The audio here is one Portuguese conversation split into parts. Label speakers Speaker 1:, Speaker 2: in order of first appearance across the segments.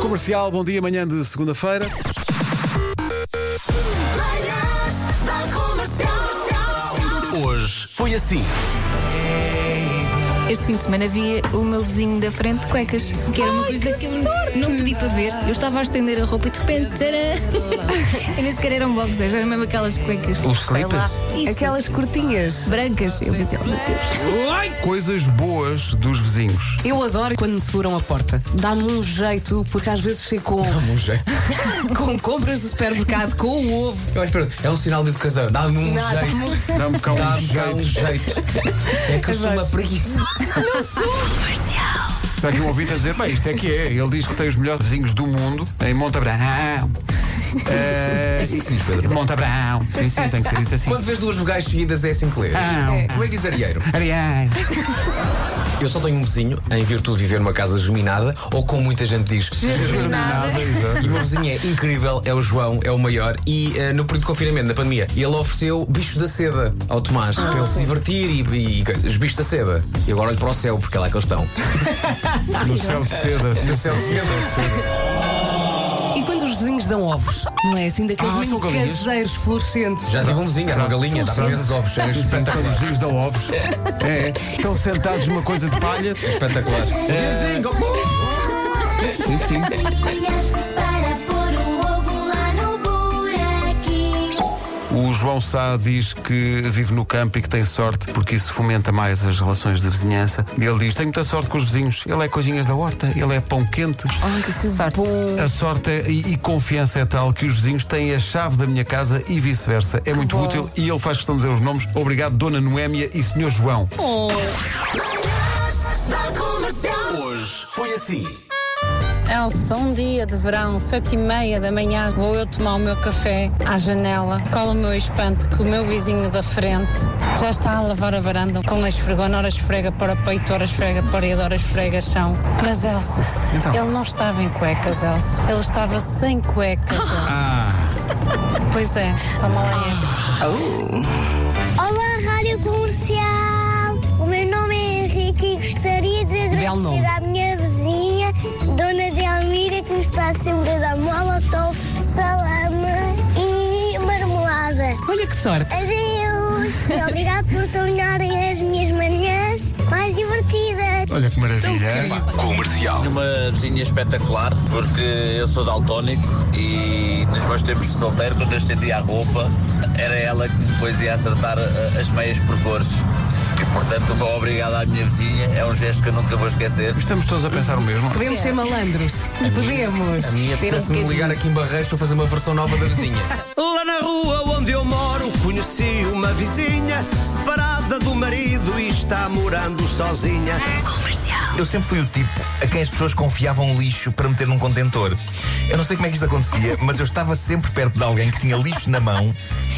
Speaker 1: Comercial, bom dia, manhã de segunda-feira.
Speaker 2: Manhãs da Comercial.
Speaker 3: Hoje foi assim.
Speaker 4: Este fim de semana vi o meu vizinho da frente de cuecas, que era uma coisa que, eu não pedi para ver. Eu estava a estender a roupa e de repente, tcharam! E nem sequer eram boxers, eram mesmo aquelas cuecas.
Speaker 3: Os
Speaker 4: sei lá. Isso,
Speaker 5: Aquelas curtinhas.
Speaker 4: brancas. Eu pensei, oh meu
Speaker 6: Ah,
Speaker 4: Deus.
Speaker 1: Coisas boas dos vizinhos.
Speaker 5: Eu adoro quando me seguram a porta. Dá-me um jeito, porque às vezes chego com,
Speaker 3: Um jeito.
Speaker 5: com compras do supermercado, com o ovo.
Speaker 3: Eu, espera, é um sinal de educação. Dá-me um
Speaker 5: Não,
Speaker 3: jeito.
Speaker 1: Dá-me cá um
Speaker 3: Dá-me cá
Speaker 1: jeito.
Speaker 3: um jeito. É que eu sou uma
Speaker 5: Adoro.
Speaker 3: preguiça.
Speaker 1: Está aqui um ouvinte a dizer, bem, isto é que é. Ele diz que tem os melhores vizinhos do mundo em Montabrão. É assim que se diz, Pedro. Montabrão. Sim, sim, tem que ser dito assim.
Speaker 3: Quando vês duas vogais seguidas é assim que lês.
Speaker 1: Não.
Speaker 3: Como é que diz arieiro?
Speaker 1: Ariane.
Speaker 3: Eu só tenho um vizinho, em virtude de viver numa casa geminada, ou como muita gente diz,
Speaker 4: Nada.
Speaker 3: E o meu vizinho é incrível, é o João, é o maior. E eh, no período de confinamento, na pandemia, ele ofereceu bichos da seda ao Tomás para ele se divertir e, e- os bichos da seda. E agora olho para o céu, porque é lá que eles estão.
Speaker 1: No céu de seda.
Speaker 3: No céu de seda.
Speaker 5: E quando os vizinhos dão ovos, não é assim? Daqueles
Speaker 1: Ah,
Speaker 5: mesmo
Speaker 1: são galinhas?
Speaker 5: caseiros fluorescentes.
Speaker 3: Já tive um vizinho, era uma galinha, dava grandes ovos, era
Speaker 1: Sentados os
Speaker 3: espetacular.
Speaker 1: vizinhos dão ovos. É, é. Estão sentados numa coisa de palha.
Speaker 3: Espetacular.
Speaker 1: É. Sim, sim.
Speaker 2: Colhas para pôr o ovo lá no buraquinho.
Speaker 1: O João Sá diz que vive no campo e que tem sorte porque isso fomenta mais as relações de vizinhança. E ele diz: tem muita sorte com os vizinhos. Ele é coisinhas da horta, ele é pão quente.
Speaker 4: Sorte.
Speaker 1: A sorte é- e, e confiança é tal que os vizinhos têm a chave da minha casa e vice-versa. É muito útil e ele faz questão de dizer os nomes. Obrigado, Dona Noémia e Senhor João.
Speaker 2: Manhãs da Comercial.
Speaker 3: Hoje foi assim.
Speaker 6: Elsa, um dia de verão, sete e meia da manhã, vou eu tomar o meu café à janela, colo o meu espanto que o meu vizinho da frente já está a lavar a varanda com a esfregona, ora esfrega para peito, ora esfrega parede, ora esfrega chão. Mas Elsa,
Speaker 1: Então?
Speaker 6: ele não estava em cuecas, Elsa. Ele estava sem cuecas, Elsa.
Speaker 1: Ah,
Speaker 6: Pois é, toma lá esta.
Speaker 7: Olá, Rádio Comercial! O meu nome é Henrique e gostaria de
Speaker 5: Belo nome.
Speaker 7: agradecer à minha vizinha, Dona Delmira, que me está sempre a dar molotov, salame e marmelada.
Speaker 5: Olha que sorte.
Speaker 7: Adeus! E obrigado por tornarem as minhas manhãs mais divertidas.
Speaker 1: Olha que maravilha.
Speaker 8: Tenho uma vizinha espetacular, porque eu sou daltónico e nos meus tempos de solteiro, quando eu estendia a roupa, era ela que depois ia acertar uh, as meias por cores. E portanto, uma obrigada à minha vizinha, é um gesto que eu nunca vou esquecer.
Speaker 1: Estamos todos a pensar o mesmo.
Speaker 5: Podemos ser malandros. Podemos.
Speaker 3: A minha
Speaker 5: ter um
Speaker 3: apetece-me
Speaker 5: bocadinho.
Speaker 3: ligar aqui em Barreiros para fazer uma versão nova da vizinha.
Speaker 9: Lá na rua onde eu moro conheci uma vizinha separada do marido e está morando sozinha.
Speaker 10: Eu sempre fui o tipo a quem as pessoas confiavam lixo para meter num contentor. Eu não sei como é que isto acontecia, mas eu estava sempre perto de alguém que tinha lixo na mão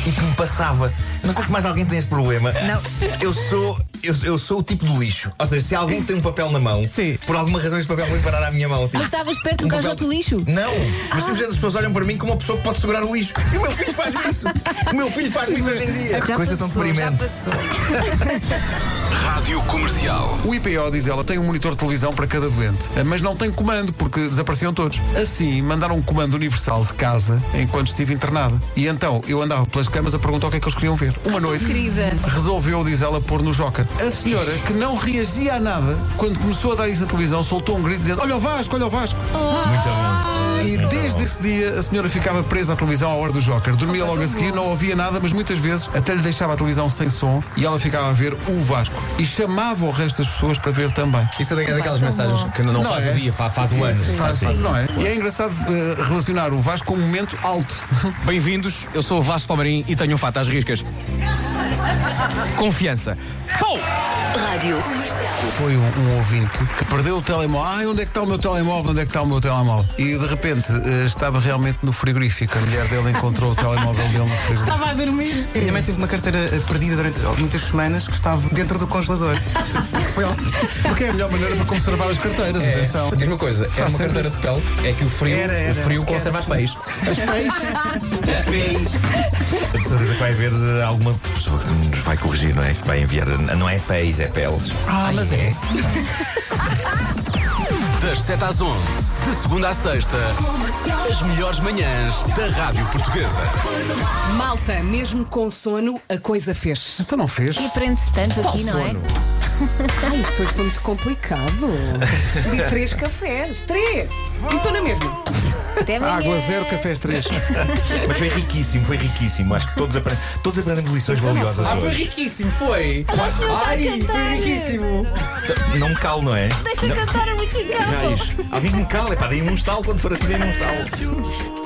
Speaker 10: e que me passava. Eu não sei se mais alguém tem este problema. Não. Eu sou, eu, eu sou o tipo do lixo. Ou seja, se alguém tem um papel na mão,
Speaker 5: Sim.
Speaker 10: por alguma razão esse papel vai parar à minha mão. Tipo,
Speaker 4: Mas estavas perto do
Speaker 10: um
Speaker 4: gajo do
Speaker 10: papel-
Speaker 4: lixo. Ah.
Speaker 10: Não, mas simplesmente as pessoas olham para mim como uma pessoa que pode segurar o lixo. E o meu filho faz isso. O meu filho faz isso hoje em dia. Que coisa tão deprimente.
Speaker 4: passou.
Speaker 1: O IPO, diz ela, tem um monitor de televisão para cada doente, eh, mas não tem comando porque desapareciam todos. Assim, mandaram um comando universal de casa enquanto estive internada. E então eu andava pelas camas a perguntar o que é que eles queriam ver. Uma noite.
Speaker 4: querida.
Speaker 1: Resolveu, diz ela, pôr no Joker. A senhora, que não reagia a nada, quando começou a dar isso na televisão, soltou um grito dizendo: Olha o Vasco, olha o Vasco.
Speaker 10: Muito bom.
Speaker 1: E desde esse dia a senhora ficava presa à televisão à hora do Joker. Dormia logo a seguir, não ouvia nada, mas muitas vezes até lhe deixava a televisão sem som e ela ficava a ver o Vasco. E chamava o resto das pessoas para ver também.
Speaker 3: Isso é daquelas mensagens que ainda não,
Speaker 1: Não
Speaker 3: faz
Speaker 1: é?
Speaker 3: um dia, fa- faz, um ano.
Speaker 1: Faz, não é? E é engraçado eh, relacionar o Vasco com um momento alto.
Speaker 11: Bem-vindos, eu sou o Vasco Palmarim e tenho um fato às riscas. Confiança. Pou!
Speaker 1: Foi um, um ouvinte que perdeu o telemóvel. Ah, onde é que está o meu telemóvel? Onde é que está o meu telemóvel? E de repente eh, estava realmente no frigorífico. A mulher dele encontrou o telemóvel dele no frigorífico.
Speaker 5: Estava a dormir. A minha mãe teve uma carteira eh, perdida durante muitas semanas que estava dentro do congelador. Foi ótimo.
Speaker 1: Porque é a melhor maneira para conservar as carteiras,
Speaker 3: É.
Speaker 1: atenção.
Speaker 3: Diz uma coisa, era uma
Speaker 1: Façam
Speaker 3: carteira de pele, é que o frio,
Speaker 5: Era, era,
Speaker 3: o frio
Speaker 5: esquece.
Speaker 3: conserva as peias.
Speaker 10: De certeza que vai haver eh, alguma pessoa que nos vai corrigir, não é? Que vai enviar. eh, Não é pés, é peles.
Speaker 3: Ah, mas é. das 7 às 11, de segunda à sexta, as melhores manhãs da Rádio Portuguesa.
Speaker 5: Malta, mesmo com sono, a coisa fez.
Speaker 12: Então não fez.
Speaker 5: E aprende-se tanto
Speaker 6: aqui, não é?
Speaker 5: é? Ai, isto hoje foi muito complicado. De três cafés. Três! E estou na mesma.
Speaker 6: Até
Speaker 10: Água zero, cafés
Speaker 12: três.
Speaker 10: Mas foi riquíssimo, foi riquíssimo. Acho que todos, apre- todos aprendemos lições valiosas
Speaker 4: Ah, foi
Speaker 10: hoje.
Speaker 4: riquíssimo, foi! Ai, foi riquíssimo!
Speaker 10: Não me calo, não é?
Speaker 6: Deixa
Speaker 10: não...
Speaker 6: cantar o
Speaker 10: Já
Speaker 6: Michicão.
Speaker 10: isso. Alguém que me cala, é pá, dei um estalo quando for assim, dei um estalo.